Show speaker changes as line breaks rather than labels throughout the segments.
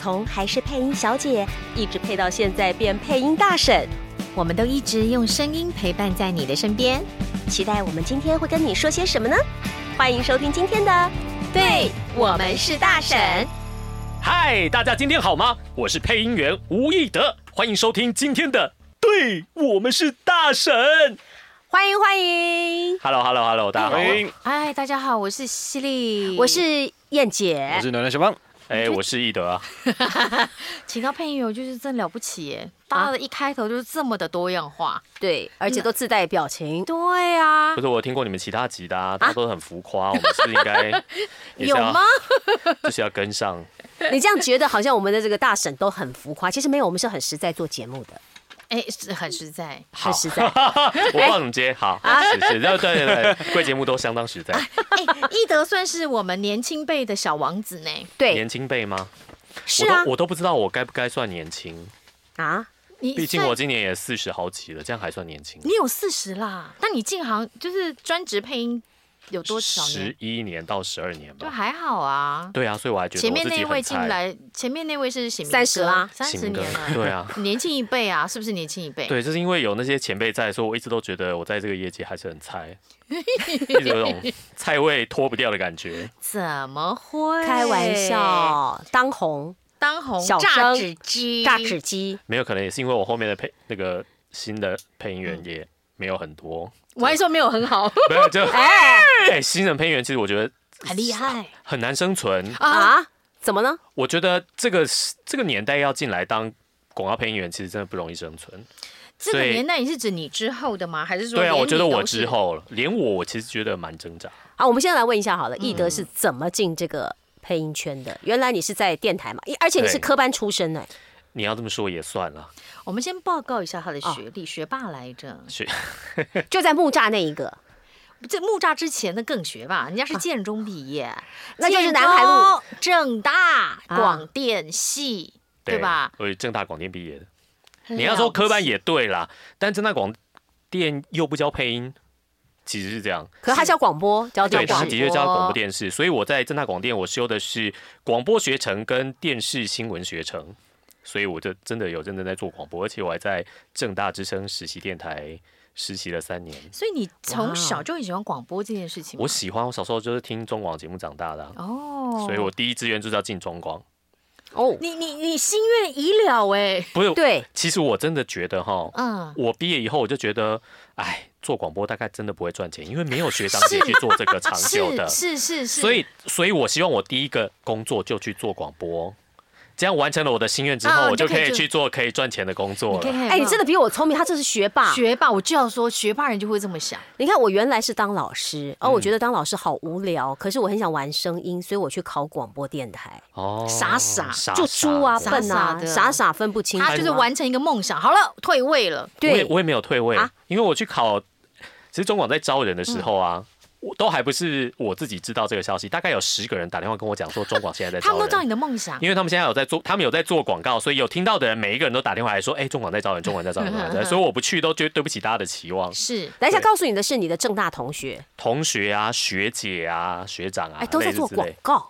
从还是配音小姐，一直配到现在变配音大婶，
我们都一直用声音陪伴在你的身边。
期待我们今天会跟你说些什么呢？欢迎收听今天的，
对我们是大婶，
嗨，大家今天好吗？我是配音员吴义德，欢迎收听今天的。对我们是大神
欢迎欢迎！
，Hello Hello Hello，大家好。
哎，大家好，我是犀利，
我是燕姐
我。是暖暖小胖，
哎，我是义德 啊。
请到配音员，我就是真了不起耶！啊大的一开头就是这么的多样化，
对，而且都自带表情。
对啊
不，是我听过你们其他集的、啊，大家都很浮夸，我们是不是应 该也是
有
要
吗？
就是要 跟上。
你这样觉得好像我们的这个大婶都很浮夸，其实没有，我们是很实在做节目的，
哎，是很 实在。
好
很实在。
我帮你们接，好，
啊
是是，对对对，贵节目都相当实在。
哎，一德算是我们年轻辈的小王子呢。
对，
年轻辈吗？
是啊
我都我都不知道我该不该算年轻，
啊，
你
毕竟
算
我今年也四十好几了，这样还算年轻。
你有四十啦，但你进行就是专职配音有多少
十
年？
一年到十二年
就
吧。
还好啊。
对啊，所以我还觉得
前
我
面
自
那
己
一位
很
进
菜。
来，前面那位是醒
30啦
三十
醒哥
年了，
对啊，
年轻一辈啊，是不是年轻一辈？
对，就是因为有那些前辈在，所以我一直都觉得我在这个业界还是很菜，一直 有种菜味脱不掉的感觉。
怎么会？
开玩，笑，当红
当红
小
榨
生
汁机，
榨汁机，
没有，可能也是因为我后面的配那个新的配音
嗯
员也没有很多，
我还说没有很好，
没 有就
哎
哎，新人配音员其实我觉得
很厉 害
很难生存。
啊！
啊，怎么呢？
我觉得这个是这个年代要进来当广告配音员，其实真的不容易生存。
这个
所以
年代你是指你之后的吗？还是说
对啊，
连
我觉得
你
我
都是
之后了，连我我其实觉得蛮挣扎。
啊，我们现在来问一下好了，易德是怎么进这个配音圈的？原来你是在电台嘛，一而且你是
对
科班出 身呢。
你要这么说也算了，
我们先报告一下他的学历，学霸来着。
学
就在木栅那一个，
这木栅之前的更学霸，人家是建中毕业，
那就是
建
南海路
中、正大、广电系，对吧？？啊
我正大广电毕业的，你要说科班
也
也对啦，但正大广电又不教配音，其实是这样。
可是他叫广播，叫叫
对，
广
他
广
的确教广
播
播电视，所以我在正大广电我修的是广播学程跟电视新闻学程，所以我就真的有认真在做广播，而且我还在正大之声实习电台实习了三年。
所以你
哇哦
从小就很喜欢广播这件事情吗。
我喜欢，我小时候就是听中广节目长大的啊、
哦，
所以我第一志愿就是要进中广。
哦，
你你你心愿已了哎，
不是，
对，
其实我真的觉得哈，
嗯，
我毕业以后我就觉得，哎，做广播大概真的不会赚钱，因为没有学长姐去做这个长久的
是。是是是，
所以，所以我希望我第一个工作就去做广播，这样完成了我的心愿之后，
啊
我就
你就
可
可以
以
就
去做可以赚钱的工作
你看
了。
看，
哎，你真
的
的比我聪明，他这是学霸。
学霸，我就要说学霸人就会这么想。
你看，我原来是当老师，
嗯
而我觉得当老师好无聊，可是我很想玩声音，所以我去考广播电台，
哦，
傻傻
傻
就猪啊、
傻
傻
笨啊、
傻的
傻傻分不清楚啊。
他就是完成一个梦想，好了，退位了。
我也
对，
我也没有退位，
啊
因为我去考，其实中广在招人的
嗯
时候啊。我都还不是我自己知道这个消息，大概有十个人打电话跟我讲说中广现在在
他
招
们都知道
人，
你的 梦想，
因为他们现在有在做，他们有在做广告，所以有听到的人每一个人都打电话来说，哎、中广在招人，中广在 招人，中广在招人，所以我不去都觉得对不起大家的期望，
是
等一下告诉你的是你的正大同学，
同学啊、学姐啊、学长啊，
哎，都在
类似
做
之
广
类
告，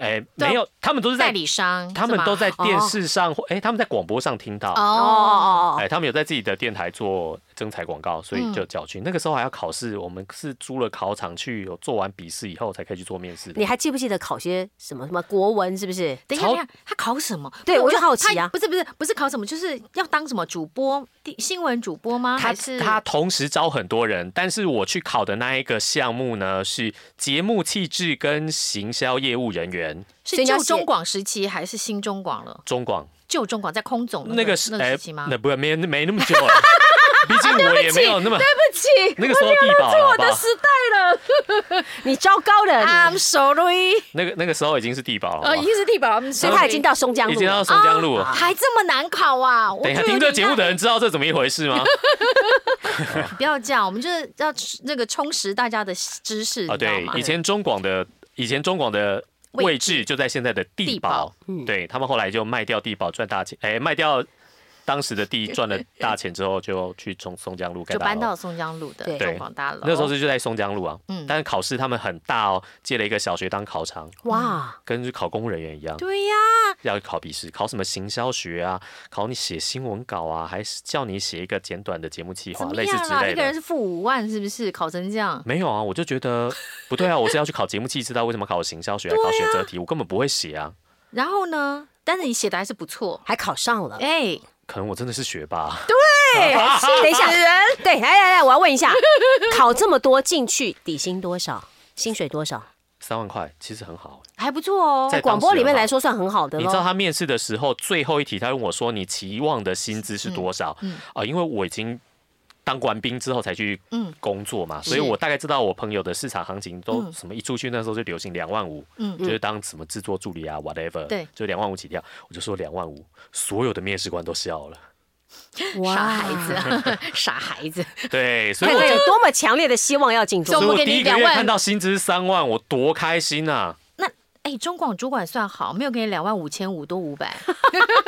哎，
对
没有，他们都是
代
在，
理商，
他们
是吧
都在电视上，或哎，他们在广播上听到，
哦
哦，
哦哦
哎，他们有在自己的电台做征才广告，
嗯
所以就叫去。那个时候还要考试，我们是租了考场去，有做完笔试以后才可以去做面试的
你。还记不记得考些什么什么国文？是不是？
等一下，等
超
一下，他考什么？
对
不
我就
他
好奇啊
他不是不是不是考什么，就是要当什么主播、地新闻主播吗？
他
还是
他同时招很多人，但是我去考的那一个项目呢是节目气质跟行销业务人员，
所以
是
你要
旧
写
中广时期还是新中广了？
中广
旧中广在空总
那
个
个是
哦那个
哎
时期吗？啊
那不没没那么久了，毕竟我也没有那么
对不起，
那个时候地保了吧，
代了，你糟糕了
哎
你
I'm sorry，
那个那个时候已经是地保了好
哦
呃，
不
已
好，
经是地保，I'm
所以
sorry，
他已经到松江
已
路
经到
了。
松江路了。
还这么难考啊！我
等一下，
就有
听这
点
节目的
纳
人知道这怎么一回事吗？
不要这样，我们就是要那个充实大家的知识，
啊，
你知道
对
吗，？
以前中广的以前中广的位置就在现在的地
地
保
保，
嗯
对他们后来就卖掉地保赚大钱，哎，卖掉当时的地赚了大钱之后，就去松松江路盖
就
大
搬
楼
到。松江路的
对
中广大楼，
那时候是就在松江路啊，
嗯
但是考试他们很大哦，借了一个小学当考场，
哇，
跟考公务人员一样，
对呀，
要考笔试，考什么行销学啊，考你写新闻稿啊，还是叫你写一个简短的节目计
怎
划，
么
类似
样啊
之
啦？
类
一个人
的。
是付五万，是不是考成这样？
没有啊，我就觉得不对啊，我是要去考节目计，知道为什么考行销学，还
啊
考选择题，我根本不会写啊。
然后呢？但是你写的还是不错，
还考上
哦
了。
哎，
可能我真的是学霸，
对，等一下，对，来来来，我要问一下， 考这么多进去，底薪多少？薪水多少？
三万块其实很好。
还不错哦。
在
广播里面来
说，
说算很好的
你知道
喽。
他面试的时候最后一题，他问我说：“你期望的薪资是多少？”啊、
嗯
因为我已经当完兵之后才去
嗯
工作嘛，
是
所以我大概知道我朋友的市场行情都
嗯
什么一出去那时候就流行两万五，
嗯
就是当什么制作助理啊，whatever，
对
就两万五起跳，我就说两万五，所有的面试官都笑了，
傻孩子， 傻孩子，
对，所以
看
我
看有多么强烈的希望要进中
怎
所以
国
么
我
给
第
你
一个
两
月
万
看到薪资三万，我多开心 啊！
哎，中广主管算好，没有给你两万五千五，多五 百，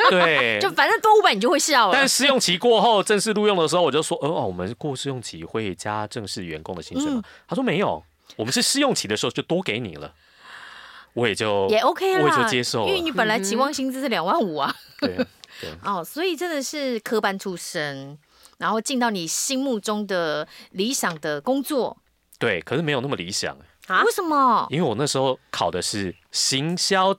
对，
就反正多五百你就会笑了
但。试用期过后，正式录用的时候，我就说，呃哦，我们过试用期会加正式员工的薪水吗？
嗯
他说没有，我们是试用期的时候就多给你了。我也就
也 OK 啦，
我也就接受
因为
了。
你本来期望薪资是两万五啊，
对，嗯
哦，所以真的是科班出身，然后进到你心目中的理想的工作，
对，可是没有那么理想，
啊
为？什么？
因为我那时候考的是行销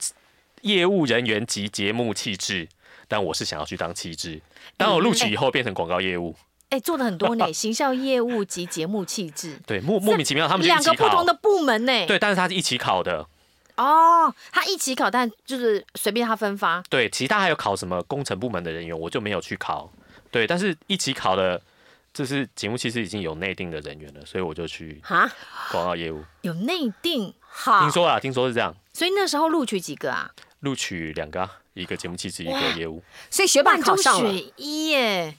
业务人员及节目气质，但我是想要去当气质。当我录取以后，变成广告业务，
哎，做的很多 呢，行销业务及节目气质，
对，莫莫名其妙他们就一
两
起
个不
考
同的，部门呢。
对，但是他是一起考的，
哦，他一起考，但就是随便他分发。
对，其他还有考什么工程部门的人员，我就没有去考。对，但是一起考的，这是节目其实已经有内定的人员了，所以我就去
啊，
广告业务。
有内定，
好
听，说啦，听说是这样，
所以那时候录取几个啊？
录取两个啊，一个节目气质，一个业务。
所以学霸考
中
上了。
选一耶，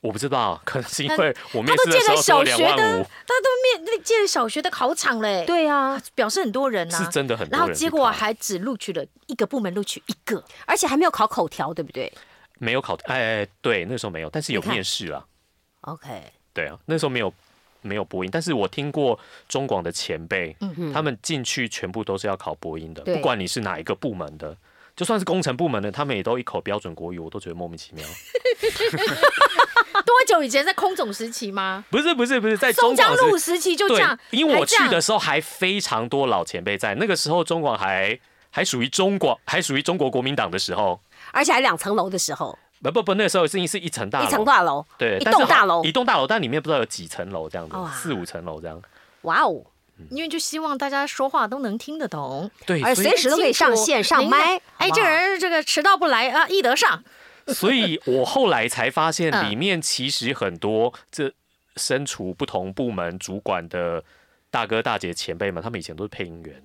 我不知道，可能是因
但
为我面
他都
试的
借
时
了
候
小
说
学
两万
的
五，，
他都面那借了小学的考场嘞，，
对啊，
表示很多人呐、
是真的很多
然
人
后结
去考。
果还只录取了一个部门，录取一个，
而且还没有考口条，对不对
没有考，哎，哎对，那时候没有，但是有
你看
面试啦。
？OK，
对啊，那时候没有没有播音，但是我听过中广的前辈，他们进去全部都是要考播音的，
对
不管你是哪一个部门的。就算是工程部门的，他们也都一口标准国语，我都觉得莫名其妙。
多久以前在空总时期吗？
不是不是不是，在中
松江
广
路
是，
时期就这
对
样，，
因为
还
我
这
去
样
的时候还非常多老前辈在，那个时候中广还还属于中广，还属于中国国民党的时候，
而且还两层楼的时候，
不不不，那时候是是一层大楼，
一层大楼，
对，
一
但是
栋大楼
一，栋大楼，但里面不知道有几层楼这样子
哇，
四五层楼这样，
哇哦！
因为就希望大家说话都能听得懂，
对，
而
哎
所以
随时都可以上线
清楚
上麦
明白
好
哎，
不好
这个人这个迟到不来啊，易得上。
所以我后来才发现，
嗯
里面其实很多这身处不同部门主管的大哥大姐前辈们，他们以前都是配音员，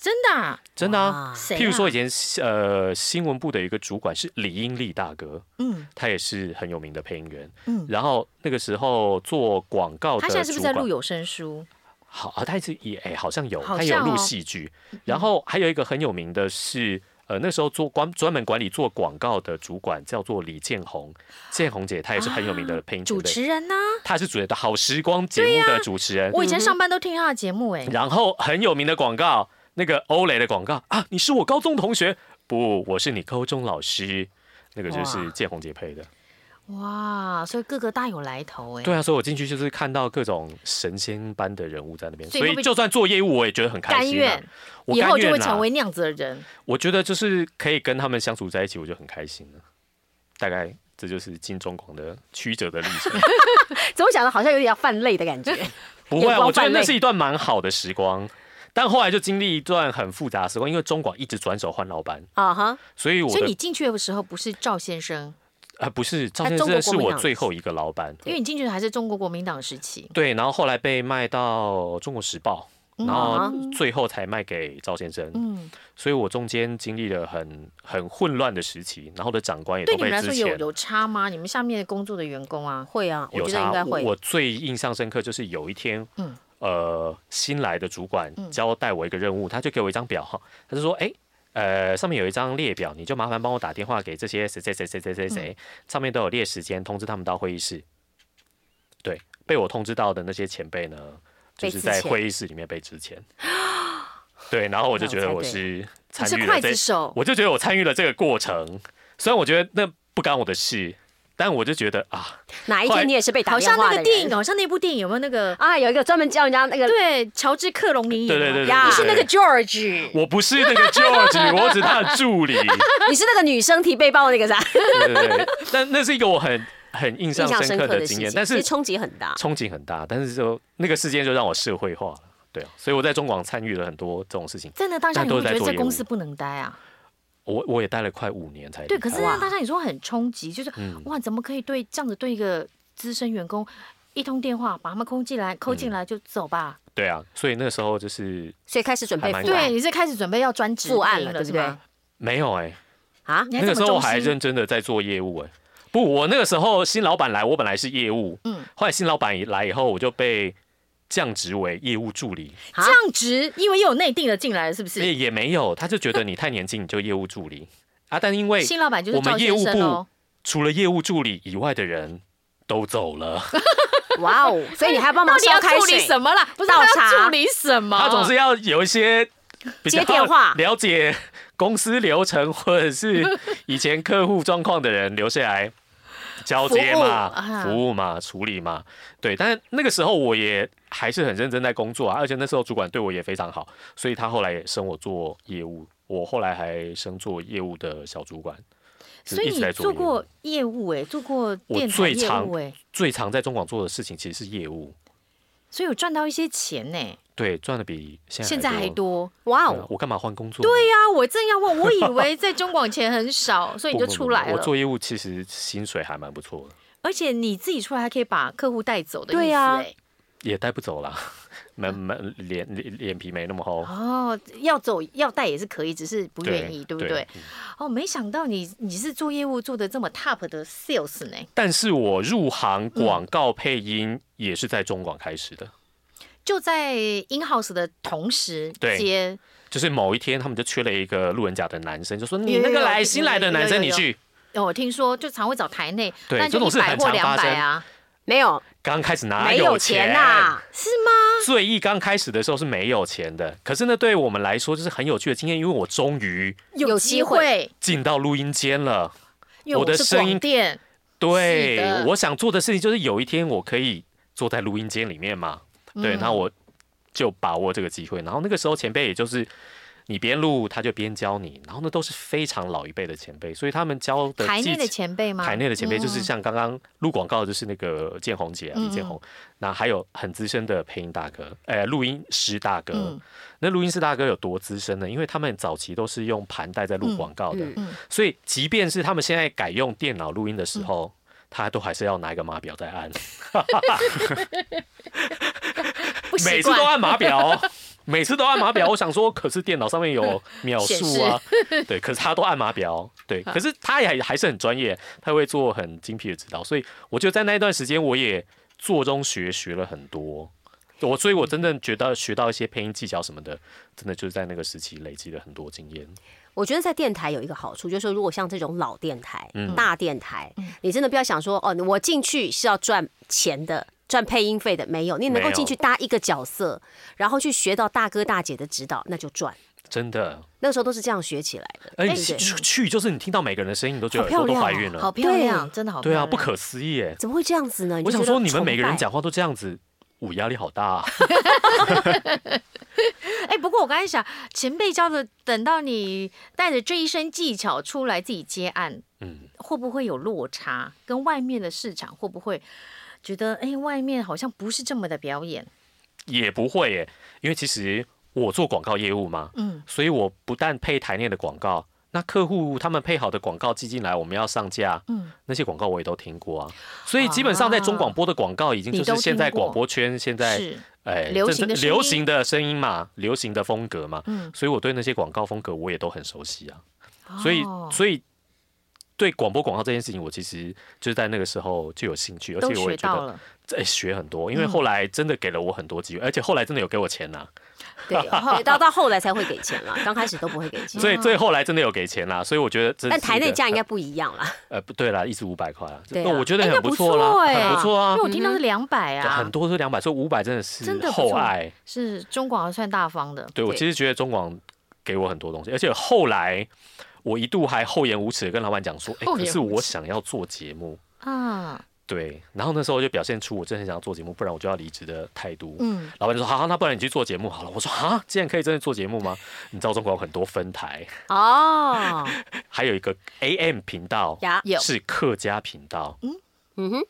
真的、啊，
真的、啊
哇。
谁、啊？
譬如说以，前呃新闻部的一个主管是李英利大哥，
嗯，
他也是很有名的配音员。
嗯
然后那个时候做广告的
他
主
现在
管，
是不是在录有声书？
好啊，他是也、哎好像有，
好
他有
像
录
哦
戏剧。然后还有一个很有名的是，呃，那时候做管专门管理做广告的主管叫做李建宏，建宏姐她也是很有名的配音前
啊主
辈，
持人呢、
她是主持的《好时光》节目的主持人，
我以前上班都听他的节目、哎、
然后很有名的广告，那个欧蕾的广告啊，你是我高中同学，不，我是你高中老师。那个就是
哇
建宏姐配的，
哇，所以各个大有来头、哎，
对啊，所以我进去就是看到各种神仙般的人物在那边，
所以
所
会
以
不会
就算做业务我也觉得很开
甘
心、啊
愿。，
我
以
甘
后就
愿
会
啦
成为那样子的人。
我觉得就是可以跟他们相处在一起，我就很开心了。大概这就是金钟广的曲折的历 程。
怎么讲的，好像有点要犯累的感 觉。
不会、
眼
啊，
光
我觉得
泛
那
泪
是一段蛮好的时光。但后来就经历一段很复杂的时光，因为中广一直转手换老板，
啊哈，
所以我
所以
的
你进去的时候不是赵先生，
啊、不是赵
在
先
中国
生是
国民
我
党
最后一个老板，
因为你进去还是中国国民党时期，
对，然后后来被卖到《中国时报》，
嗯
然后最后才卖给赵先生，
嗯，
所以我中间经历了很很混乱的时期，然后我的长官也
对
都
你们
被
来
之
说有
前
有差吗？你们下面工作的员工啊，
会啊，我
有
觉得应该
差。我
会。
我最印象深刻就是有一天，
嗯
呃，新来的主管
嗯
交代我一个任务，他就给我一张表，他就说，哎、呃，上面有一张列表，你就麻烦帮我打电话给这些谁谁谁谁谁谁
嗯
谁，上面都有列时间，通知他们到会议室。对，被我通知到的那些前辈呢，就
被
是
之
在
前
会议室里面被之前。 对，然后我就
那
觉
我
得
猜
我
对
是
你
参
是
与
刽
了
子
这
手，
我就觉得我参与了这个过程，虽然我觉得那不干我的事，但我就觉得啊，
哪一
后来
天你也是被打
好
电
像
话
那
的
个电
人
影，好像那部电影有没有那个？
啊，有一个专门教人家那个
对，乔治克隆尼演
对
的
对对对
呀
对，
你是
对
那个 George，
我不是那个 George，我只是他的助理。
啊
你是那个女生提背包那个啥，
对对对，但那是一个我很很 印象
印象
深
深
刻
刻
的
的
经
事
验
情，，
但
其
是
实冲击很大。
冲击很大，但是就那个事件就让我社会化了。对啊，所以我在中广参与了很多这种事情，
真的，当下
但
你
都
会
是
觉
在
得
做
这
业
公
务
司不能待啊？
我我也待了快五年才
对，
离
可是
开
让大家你说很冲击，就是
嗯
哇，怎么可以对这样子对一个资深员工一通电话把他们抠进来，抠
嗯
进来就走吧？
对啊，所以那时候就是
所以开始准备
还蛮
复
对
对，
案
你是开始准备要专职
复案
经
了，
营
对
了，
不
是
对
吧？？
没有哎、
啊，
你
那个
这
时
么
候
忠
我还
心
认真的在做业务哎、不，我那个时候新老板来，我本来是业务，
嗯
后来新老板来以后，我就被降职为业务助理，
啊
降职，因为又有内定了进来了，是不是？
也也没有，他就觉得你太年轻，你就业务助理啊。但因为
新老板就是
我们
赵
业
先
务
生哦
部
喽。
除了业务助理以外的人都走了，
哇哦！所以你还帮忙
到底
烧
要
开
处理
水，
什么啦？不是
倒
他
茶
要处理什么？
他总是要有 一些比较
接电话
了解公司流程或者是以前客户状况的人留下来交接
服
嘛、
务啊
服务嘛、处理嘛。对，但是那个时候我也还是很认真在工作啊，而且那时候主管对我也非常好，所以他后来也升我做业务，我后来还升做业务的小主管。就
所以
一直在
你做
业务
过业务哎、做过
我
电台
最
业
常
务哎、
最常在中广做的事情其实是业务，
所以有赚到一些钱呢、
对，赚的比现在
现在还多。
哇
对啊
哦！
我干嘛换工作？
对呀、我正要问，我以为在中广钱很少，所以
不，
你就出来
不不不我
了。
做业务其实薪水还蛮不错的，
而且你自己出来还可以把客户带走的意思
对呀
啊
哎、
也带不走啦，蛮蛮脸脸脸皮没那么厚。
哦，要走要带也是可以，只是不愿意，对不对？
嗯
哦，没想到你你是做业务做的这么 top 的 sales 呢，
但是我入行
嗯
广告配音也是在中广开始的，
就在 in house 的同时
对
接
就是某一天他们就缺了一个路人甲的男生，就说
有
你
有
那个
有
来
有
新来的
有
男
有
生
有
你
有
去，
哦，我听说就常会找台内，
对
那
这
就
种
一
事
百
很
或
常
两
发
百
生
啊，
没有，
刚开始哪
没有
钱
钱啊呐？
是吗？
最一刚开始的时候是没有钱的，可是呢，对我们来说就是很有趣的经验，因为我终于
有
机
机
会，
进到录音间了。
因为
我的
是
声
广
音
电，
对
是的，
我想做的事情就是有一天我可以坐在录音间里面嘛，对，
嗯
那我就把握这个机会。然后那个时候前辈也就是你边录他就边教你，然后那都是非常老一辈的前辈，所以他们教的
台
技
内的
巧
前辈吗？
台内的前辈就是
嗯
像刚刚录广告的就是那个建宏姐、啊、
嗯
李建宏，那还有很资深的配音大哥，呃，录音师大哥。
嗯
那录音师大哥有多资深呢？因为他们早期都是用盘带在录广告的，
嗯
嗯嗯
所以即便是他们现在改用电脑录音的时
嗯
候。他都还是要拿一个码表在按，
不习
每次都
惯
按码 表哦，每次都按码表。我想说，可是电脑上面有秒数啊， 对，可是他都按码表，对，可是他也还是很专业，他会做很精辟的指导，所以我觉得在那一段时间，我也做中学学了很多。我所以，我真正觉得学到一些配音技巧什么的，真的就是在那个时期累积了很多经验。
我觉得在电台有一个好处，就是说如果像这种老电台、
嗯
大电台，你真的不要想说哦，我进去是要赚钱的。赚配音费的没有，你能
没
够
有
进去搭一个角色，然后去学到大哥大姐的指导，那就赚。
真的，
那时候都是这样学起来的。
而你
哎对
去
对
去，就是你听到每个人的声音，你都觉得
好
耳
漂
朵都
亮
怀
哦
孕了。
好漂亮，
对
真的好漂
对啊，
亮，
不可思议耶！
怎么会这样子呢？你
我
就
想
觉得
说，你们
崇
每个人
拜
讲话都这样子，我压力好大、啊。
哎、不过我刚才想，前辈教的，等到你带着这一身技巧出来自己接案，
嗯，
会不会有落差？跟外面的市场会不会觉得，哎、外面好像不是这么的表演？
也不会耶，因为其实我做广告业务嘛，
嗯，
所以我不但配台内的广告，那客户他们配好的广告寄进来，我们要上架，
嗯，啊
那些广告我也都听过啊。所以基本上在中广播的广告已经就
你都
是
听
现在
过
广播圈现在
是
哎
流
这
行的
这
声
流
音
行的声音嘛，流行的风格嘛，
嗯
所以我对那些广告风格我也都很熟悉啊。所以
哦
所以对广播广告这件事情，我其实就是在那个时候就有兴趣，而
都
且我
学
也觉
到
得
了，嗯
在学很多，因为后来真的给了我很多机会，而且后来真的有给我钱呐、
对，对到到后来才会给钱啦，刚开始都不会
嗯
给钱。
所以最后来真的有给钱啦、所以我觉得这
但
是
台
一个
内价应
很
该不一样啦，
呃不对啦，一支五百块啦，
对啊
那我觉得
哎那
很
不
错啦，
错哎
很不错啊
因为。我听到是两百
对
啊，
很多是两百，所以五百真的是
真的不
厚
错
爱。
是中广还算大方的，
对我
对
其实觉得中广给我很多东西，而且后来我一度还厚颜无耻的跟老板讲说，哎、
厚
可
颜
是
无
我
耻
想要做节目，
啊，
对，然后那时候就表现出我真的很想要做节目，不然我就要离职的态度。
嗯，
老板就说：“好、那不然你去做节目好了。”我说：“啊，既然可以真的做节目吗？你知道中国有很多分台，
哦，
还有一个 AM 频道
呀，
有
是客家频道。
嗯哼，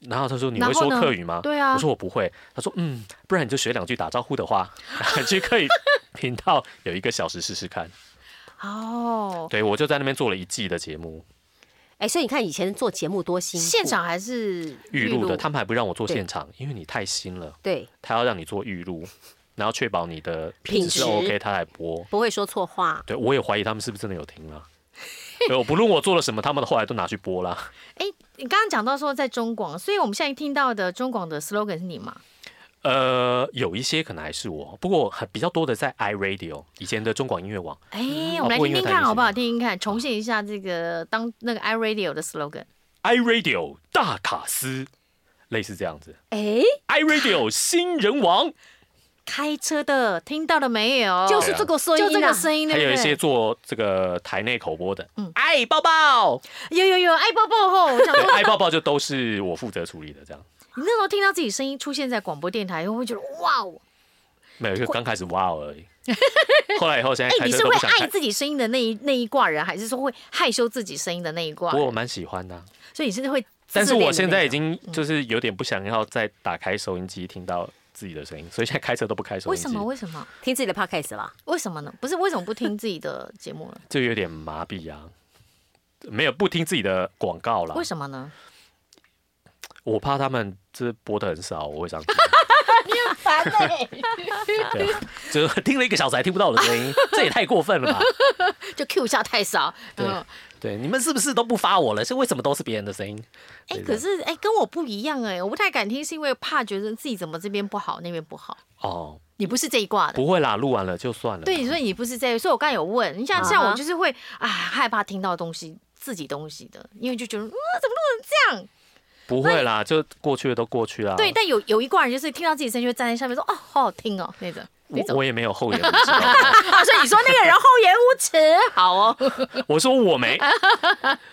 然后他说：“你
然
会
后
说
呢
客语吗？”
对啊
我说：“我不会。”他说：“嗯，不然你就学两句打招呼的话，你去 客语频道有一个小时试试看。
哦”，
对，我就在那边做了一季的节目，
哎，所以你看以前做节目多辛苦，
现场还是
预录的，他们还不让我做
对
现场，因为你太新了，
对
他要让你做预录，然后确保你的
品
品质
质
是 OK，他来播。
不会说错话，
对，我也怀疑他们是不是真的有听啊。对，我不论我做了什么，他们后来都拿去播啦。
哎，你刚刚讲到说在中广，所以我们现在听到的中广的 slogan 是你嘛？
呃，有一些可能还是我，不过很比较多的在 iRadio 以前的中广音乐网。
哎，我们来
不过
听
嗯啊音乐
听
台
看
就
好不
行
好？听听看，重现一下这个当那个 iRadio 的 slogan。
iRadio 大卡司，类似这样子。
哎，
iRadio 新人 王，
开车的听到了没有？
就是
哦
这个声
就这
音啊
个，声音，
还
对
有一
不
些
对？
做这个台内口播的，嗯，爱抱 抱，
有有有，爱抱抱吼！我想
对
说，
爱抱抱就都是我负责处理的，这样。
你那时候听到自己声音出现在广播电台，会不会觉得哇哦？
没有，就刚开始哇哦 而已。后来以后，现在
哎，
开
你
车
是
都
会
不想
爱
开。
自己声音的那一那一挂人，还是说会害羞自己声音的那一挂人？
我蛮喜欢的啊、
所以你是会自恋的那
但是
种，嗯
我现在已经就是有点不想要再打开收音机听到自己的声音， 所以现在开车都不开收
为
音机
什，么？为什么？
听自己的 podcast 啦，
为什么呢？不是为什么不听自己的节目 了？
就有点麻痹啊。没有不听自己的广告啦
为，什么呢？
我怕他们这播的很少，我 会上去。
烦
欸
对啊，就听了一个小时还听不到我的 声音，这也太过分了吧？
就 Q 一下太少。
对
嗯
对，你们是不是都不发我了？是为什么都是别人的声音？
哎、
对
可
的
是哎、跟我不一样哎、我不太敢听，是因为怕觉得自己怎么这边不好，那边不好。
哦，
你不是这一挂的，
不会啦，录完了就算了。
对，所以你不是这，所以我刚才有问，你像
啊
像我就是会啊害怕听到东西自己东西的，因为就觉得嗯怎么录成这样？
不会啦，就过去的都过去啦。
对，但有有一挂人就是听到自己声音就站在上面说哦好好听哦那种那
我
种。
我也没有后言无耻好不好。
啊，所以你说那个人厚颜无耻，好哦，
我说 我没，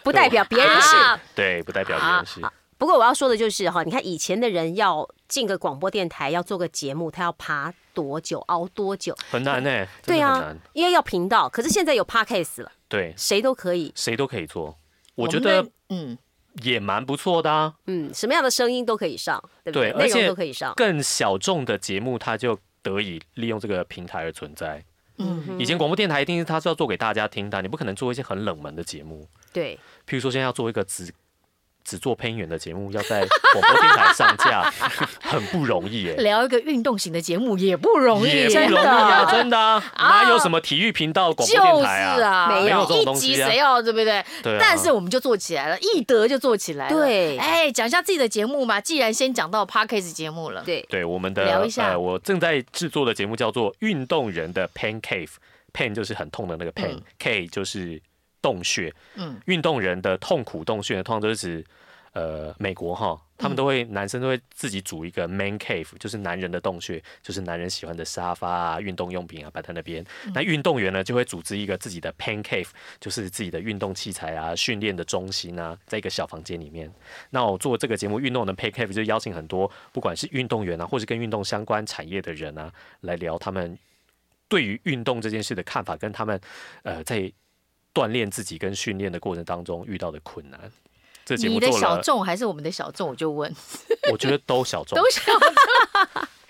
不代表别人是。
啊
对，不代表别人是。
不过我要说的就是哈，你看以前的人要进个广播电台，要做个节目，他要爬多久，熬多久？
很难呢、真
对
的很
啊
难，，
因为要频道，可是现在有 podcast 了，
对，
谁都可以，
谁都可以做，我
们
觉得
那嗯
也蛮不错的啊。
嗯，什么样的声音都可以上，对不对？
对而
内
且
容都可以上，
更小众的节目，它就得以利用这个平台而存在。
嗯，
以前广播电台一定是它是要做给大家听的，你不可能做一些很冷门的节目，
对，
譬如说现在要做一个只只做配音员的节目，要在广播电台上 架，很不容易耶、
聊一个运动型的节目也不容易
也
耶，
不 容易啊，真的啊，哪有什么体育频道、广播电台
就是
啊？
啊，
没有
这种
一
东
集
西啊
谁要对不对？
对啊
但是我们就做起来了，易德就做起来了。
对
哎，讲一下自己的节目嘛。既然先讲到 podcast 节目了，
对，
对，我们的
聊一下
呃，我正在制作的节目叫做《运动人的 Pain Cave》，Pain 就是很痛的那个 Pain，K、K 就是洞穴。
嗯，
运动人的痛苦洞穴呢，通常都是指呃美国哈，他
嗯
们都会、男生都会自己组一个 Man Cave，就是男人的洞穴，就是男人喜欢的沙发啊、运动用品啊摆在那边。
嗯
那运动员呢就会组织一个自己的 Pain Cave，就是自己的运动器材啊、训练的中心啊，在一个小房间里面。那我做这个节目《运动的 Pay Cave》，就邀请很多不管是运动员啊，或是跟运动相关产业的人啊，来聊他们对于运动这件事的看法，跟他们呃在锻炼自己跟训练的过程当中遇到的困难。这节
你
目
的
做
小
了，
众还是我们的小众？我就问，
我觉得都小众
都。小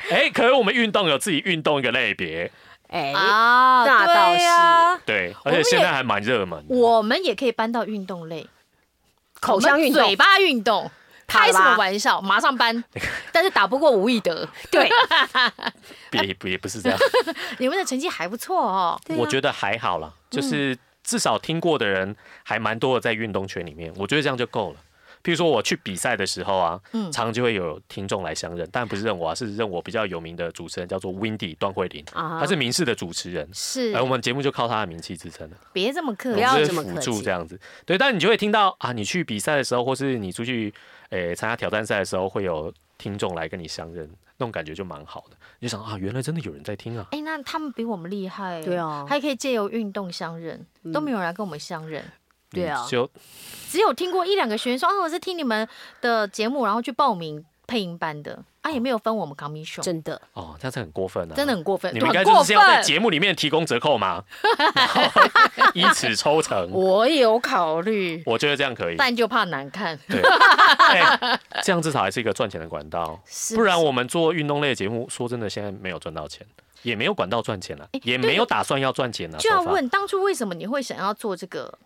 哎、可是我们运动有自己运动一个类别，
哎、
啊，
那
对
倒是
啊
对，
我
而
们
且现
也
在还蛮热门的。
我们也可以搬到运动类，
口腔运
我们嘴
动，
巴运动。
好啦
开什么玩笑，马上 搬！但是打不过吴义德，
对，
也也不是这样，
你们的成绩还不错哦。
啊
我觉得还好啦，
嗯
就是至少听过的人还蛮多的，在运动圈里面，我觉得这样就够了。譬如说我去比赛的时候啊，
嗯
常就会有听众来相认，但不是认我啊，是认我比较有名的主持人，叫做 Windy 段慧玲，
啊
她是民视的主持人，
是
而，哎我们节目就靠她的名气支撑了。
别这么客
不
气
要。
我们
这
是
么客
辅助
气
这样子。对，但你就会听到啊，你去比赛的时候，或是你出去诶参、加挑战赛的时候，会有听众来跟你相认，那种感觉就蛮好的。你就想啊，原来真的有人在听啊。
哎、那他们比我们厉害，
对啊嗯
还可以借由运动相认，都没有人来跟我们相认，
对啊
你就
只有听过一两个学员说啊，我是听你们的节目，然后去报名配音班的，啊，也没有分我们 commission，
真的
哦，这样子很过分啊，
真的。很过分，
你们应该
很
就
过
是要在
分。
节目里面提供折 扣嘛，然后以此抽成。
我有考虑，
我觉得这样可以，
但就怕难看，
对，哎这样至少还是一个赚钱的管道。
是
不然我们做运动类的节目，说真的，现在没有赚到钱，也没有管道赚钱了，也没有打算要赚钱了。
哎就要
说法
问当初为什么你会想要做这个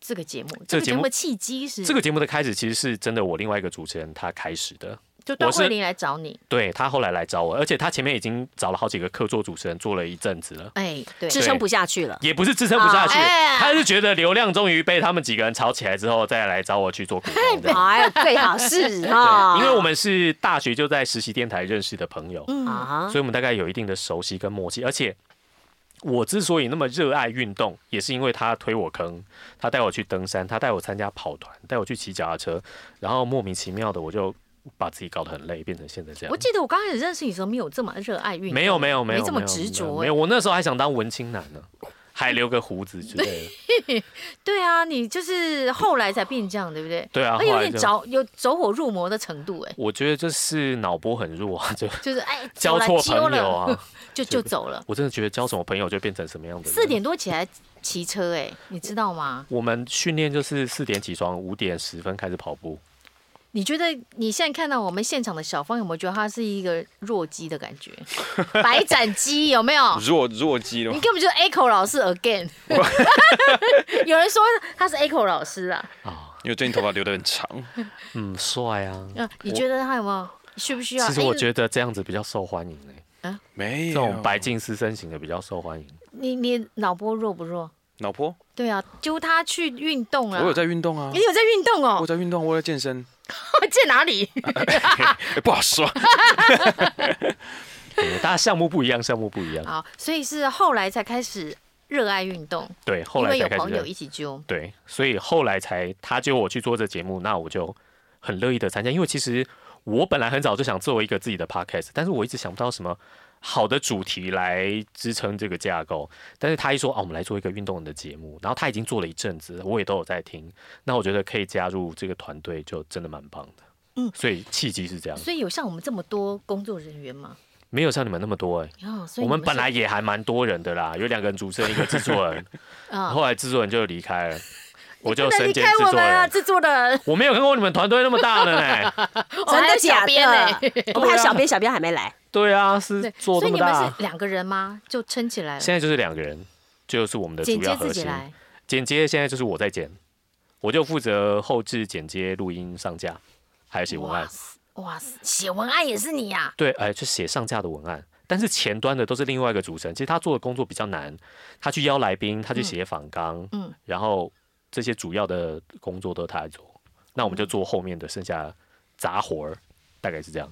这个节目？
这
这个
个节
节
目
目的契机是
这个节目的开始其实是真的，我另外一个主持人他开始的，
就段
我是
慧玲来找你，
对他后来来找我，而且他前面已经找了好几个客座主持人做了一阵子了。
哎、对，
支撑不下去了。
也不是支撑不下去，
啊哎
他是觉得流量终于被他们几个人炒起来之后，再来找我去做股东的。
哎，最好是哈，
对，因为我们是大学就在实习电台认识的朋友，
啊嗯
啊
所以，我们大概有一定的熟悉跟默契。而且我之所以那么热爱运动，也是因为他推我坑，他带我去登山，他带我参加跑团，带我去骑脚踏车，然后莫名其妙的我就把自己搞得很累，变成现在这样
我。记得我刚开始认识你的时候，没有这么热爱运动，
没有没有没有，
没这么
有
执着、欸
没有没有，我那时候还想当文青男呢，还留个胡子之类的。
对啊，你就是后来才变这样，对不对？
对啊
而有
后来
点
就
着有走火入魔的程度，哎，
我觉得这是脑波很弱啊，就
就是哎，走
交
了
错
揪
朋友
了，
啊。
就就走了。
我真的觉得交什么朋友就变成什么样的。
四点，多起来骑车，哎，你知道吗？
我们训练就是四点起床，五点十分开始跑步。
你觉得你现在看到我们现场的小芳，有没有觉得她是一个弱鸡的感觉？白斩鸡有没 有？
弱弱鸡的
你根本就是 Echo 老师 again。有人说他是 Echo 老师啊，
因为最近头发留得 很长，
嗯，帅啊。
嗯，你觉得他有没有？需不需要？
其实我
哎
觉得这样子比较受欢迎诶、
没有
这种白净师身型的比较受欢迎。
你你脑波弱不弱？
老婆，
对啊，揪他去运动
我
啊。
有在运动啊
你，有在运动
我有
哦？
在运动，我有在健身，
在哪里？
哎，不好说，
对大家项目不一样，项目不一样。
好，所以是后来才开始热爱运动，
对，后
因
来
为
才
有
开始
朋友
认
一起揪。
对，所以后来才他揪我去做这节目，那我就很乐意的参加，因为其实我本来很早就想做一个自己的 podcast，但是我一直想不到什么好的主题来支撑这个架构。但是他一说啊，我们来做一个运动人的节目，然后他已经做了一阵子，我也都有在听，那我觉得可以加入这个团队，就真的蛮棒的。
嗯
所以契机是这样，
所以有像我们这么多工作人员吗？
没有像你们那么多哎、
啊，所以
我
你
们本
是
来也还蛮多人的啦，有两个人主持人，一个制作人，
啊，
后来制作人就离 开了，我就
不能
身
离
兼
开
制
我
作
们啊，
人。
制作人，
我没有看过你们团队那么大的 呢。
真的假
呢？啊
的？我们还有小编，小编还没来，
对啊，是
对，
做
所
这
以
么
你们
大
是。两个人吗？就撑起来了，
现在就是两个人，就是我们的
剪
主
接
要
自
核
己
心。
来。
剪接现在就是我在剪，我就负责后置、剪接、录音、上架，还有写文
哇
案。
塞，哇塞，写文案也是你啊呀、
对，哎、就写上架的文案。但是前端的都是另外一个主持人，其实他做的工作比较难，他去邀来宾，他去写访纲，
嗯
然后这些主要的工作都他来做，那我们就做后面的剩下杂活儿，大概是这样。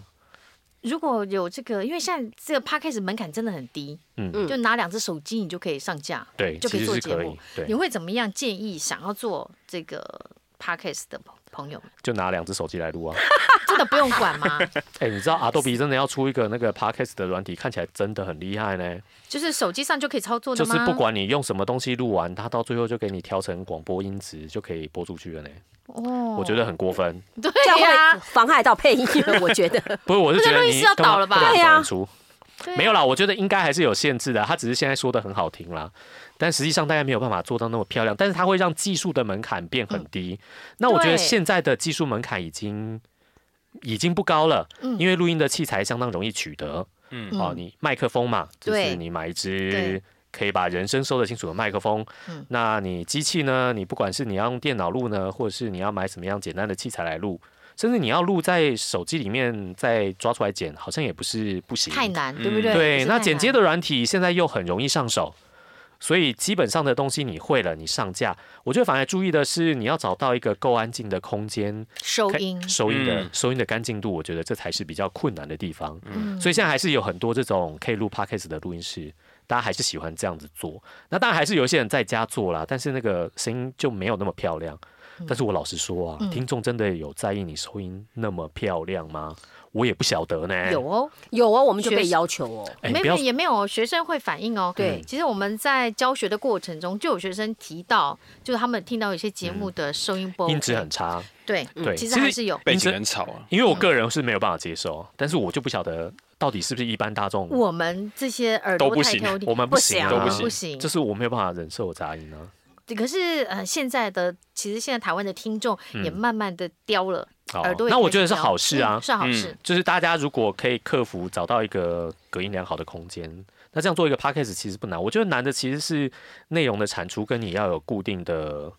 如果有这个，因为现在这个 p a d c a s 门槛真的很低，
嗯，
嗯
就拿两只手机你就可以上架，
对，
嗯就可
其
以
实
做
是
节
可
目
以。。对，
你会怎么样建议想要做这个 p a d c a s 的朋朋友们？
就拿两只手机来录啊。
真的不用管 吗？
哎、你知道 Adobe 真的要出一个那个 podcast 的软体，看起来真的很厉害呢。
就是手机上就可以操作的
就是
吗？
不管你用什么东西录完，它到最后就给你调成广播音质，就可以播出去了呢。
哦
我觉得很过分。
这样
对啊呀、
会妨碍到配音了。我觉得
不是，我是觉
那
得
录音
你
室要
干嘛
倒了吧
干嘛
对啊
放出
对啊
没有啦，我觉得应该还是有限制的。它只是现在说的很好听啦，但实际上大概没有办法做到那么漂亮。但是它会让技术的门槛变很低。那我
嗯
觉
对
得现在的
嗯
技术门槛已经已经不高了，因为录音的器材相当容易取得。
嗯
哦，你麦克风嘛，就是
对
你买一
对
支可以把人声收得清楚的麦克风。
嗯
那你机器呢？你不管是你要用电脑录呢，或者是你要买什么样简单的器材来录，甚至你要录在手机里面再抓出来剪，好像也不是不行。
太难，对不对？
嗯对，那剪
简
接
洁
的软体现在又很容易上手，所以基本上的东西你会了，你上架。我觉得反而注意的是，你要找到一个够安静的空间，
收
可以
音，
收音的、
嗯
收音的干净度，我觉得这才是比较困难的地方。
嗯
所以现在还是有很多这种可以录 podcast 的录音室，大家还是喜欢这样子做。那当然还是有一些人在家做啦，但是那个声音就没有那么漂亮。
嗯
但是我老实说啊，听众真的有在意你收音那么漂亮吗？我也不晓得呢。
有哦，
有哦，我们就
学
被
习
要求哦。
哎，
没
不
有
要
也没有学生会反映哦。
对
其实我们在教学的过程中，就有学生提到，就是他们听到有些节目的收音波
嗯音质很差，
对
对
其
其
实
实
还是有。
背景很吵啊，
因为我个人是没有办法接受，但是我就不晓得到底是不是一般大众，
嗯我们这些耳
都
朵
不
太
行
挑剔，
我们不行
我
啊
都
们
不
不
行
行
就是我没有办法忍受杂音啊。
可是呃，现在的其实现在台湾的听众也慢慢的刁了，
哦
耳朵也
那我
开始
觉得是
刁
嗯好事啊
嗯是好事。
就是大家如果可以克服找到一个隔音良好的空间，那这样做一个 podcast 其实不难。我觉得难的其实是内容的产出跟你要有固定的、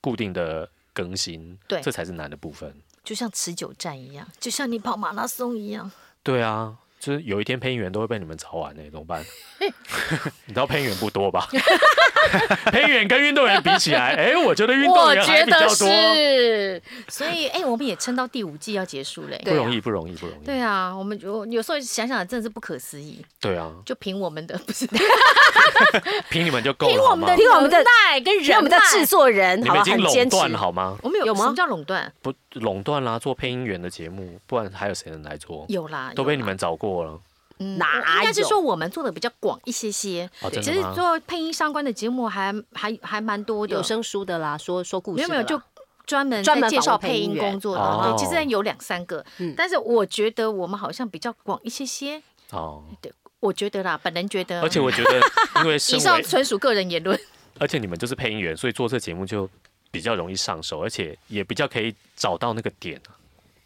固定的更新，
对
这才是难的部分。
就像持久战一样，就像你跑马拉松一样，
对啊，就是有一天配音员都会被你们找完呢、怎么办？ 你知道配音员不多吧？ 配音员跟运动员比起来，哎、我觉得运动
我
员
觉
还比
得
较多，
是。所以哎、我们也撑到第五季要结束嘞、
不容易，不容易，不容易。
对啊，我们有有时候想想真的是不可思议，
对啊，
就凭我们的 不是
凭你们就够了，好吗？
听我们的，
耐跟
听我们的制
耐，
作人，
你
好吧，
们已经
很
垄
坚持。
断了好吗？
我们有
有吗
什么叫垄断？
不垄断啦、做配音员的节目，不然还有谁能来做？
有啊啦，
都被你
有啦
们找过了。
嗯
哪
我应该是
有
说我们做的比较广一些些，
哦真的
其实
吗
做配音相关的节目还还还蛮多的，
有声书的啦，说说故事
没
的
有
啦，
没有就专门
专门
在介绍
访问配
配
音
音
员
工作的，
哦
对，其实有两三个
嗯，
但是我觉得我们好像比较广一些些，
哦，
我觉得啦，本人觉得，
而且我觉得，因为
啊
身
以上
为，
纯属个人言 论，
而且你们就是配音员，所以做这节目就比较容易上手，而且也比较可以找到那个点。啊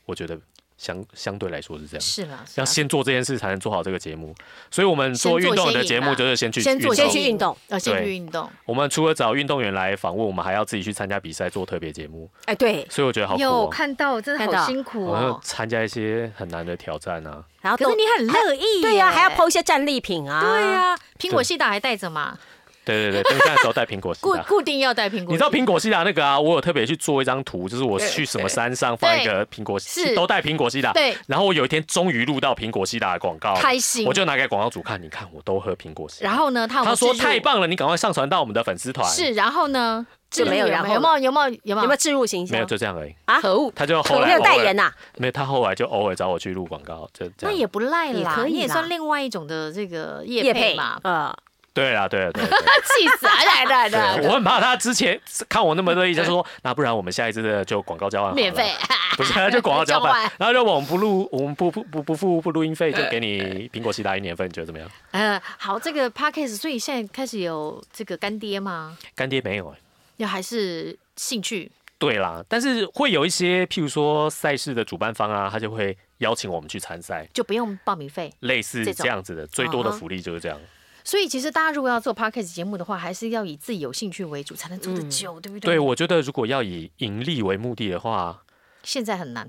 我觉得相相对来说是这样，
是啊啦，是
要
啦
先做这件事才能做好这个节目。所以我们做运动的节目就是先去
先做
运
先
动
去运动。
要先
对
去运动，
我们除了找运动员来访问，我们还要自己去参加比赛做特别节目，
哎，对，
所以我觉得好酷
有
哦。
看到真
看
的
到
好辛苦
我要
哦，
参加一些很难的挑战啊！
然后
可是
都
你很乐意耶，
对啊呀，还要抛一些战利品啊。
哎
对呀，苹果西打还带着嘛，
对对对，登山的时候带苹 果西
固
达，
固定要带苹果西，
你知道苹果西达那个啊？我有特别去做一张图，就是我去什么山上放一个苹果，
是
都带苹果西达。
对
然后我有一天终于录到苹果西达的广告了，
开心
我就拿给广告主看，你看我都喝苹果西达。
然后呢，他有没
他
有
说
置入
太棒了，你赶快上传到我们的粉丝团。
是，然后呢，
就
这
没有
有
然后
有没有有没有有
有没
没
有
有
置入形象？
没有就这样而已。
啊，
可恶？
他就后
有
来
没有代
偶尔
言呐？啊
没有，他后来就偶尔找我去录广告，就这
那
样。
也不赖
也
啦，
可以
你也
啦
算另外一种的这个业
叶，
配嘛
呃，
对啦，对啦，对啦。
气死啊！来来
对啦
来，
对啦我很怕他之前看我那么乐意，他说那不然我们下一次的就广告交换好 了
免费，
不是，就广告交
交
换
换，
然后就我们不录，我们不不不不付不录音费，就给你苹果西达一年份，你觉得怎么样？
呃，好，这个 podcast，所以现在开始有这个干爹吗？
干爹没有哎、
要还是兴趣？
对啦，但是会有一些，譬如说赛事的主办方啊，他就会邀请我们去参赛，
就不用报名费，
类似
这种
这样子的，最多的
啊哈
福利就是这样。
所以其实大家如果要做 podcast 节目的话，还是要以自己有兴趣为主，才能做得久，对不对？
嗯对，我觉得如果要以盈利为目的的话，
现在很难，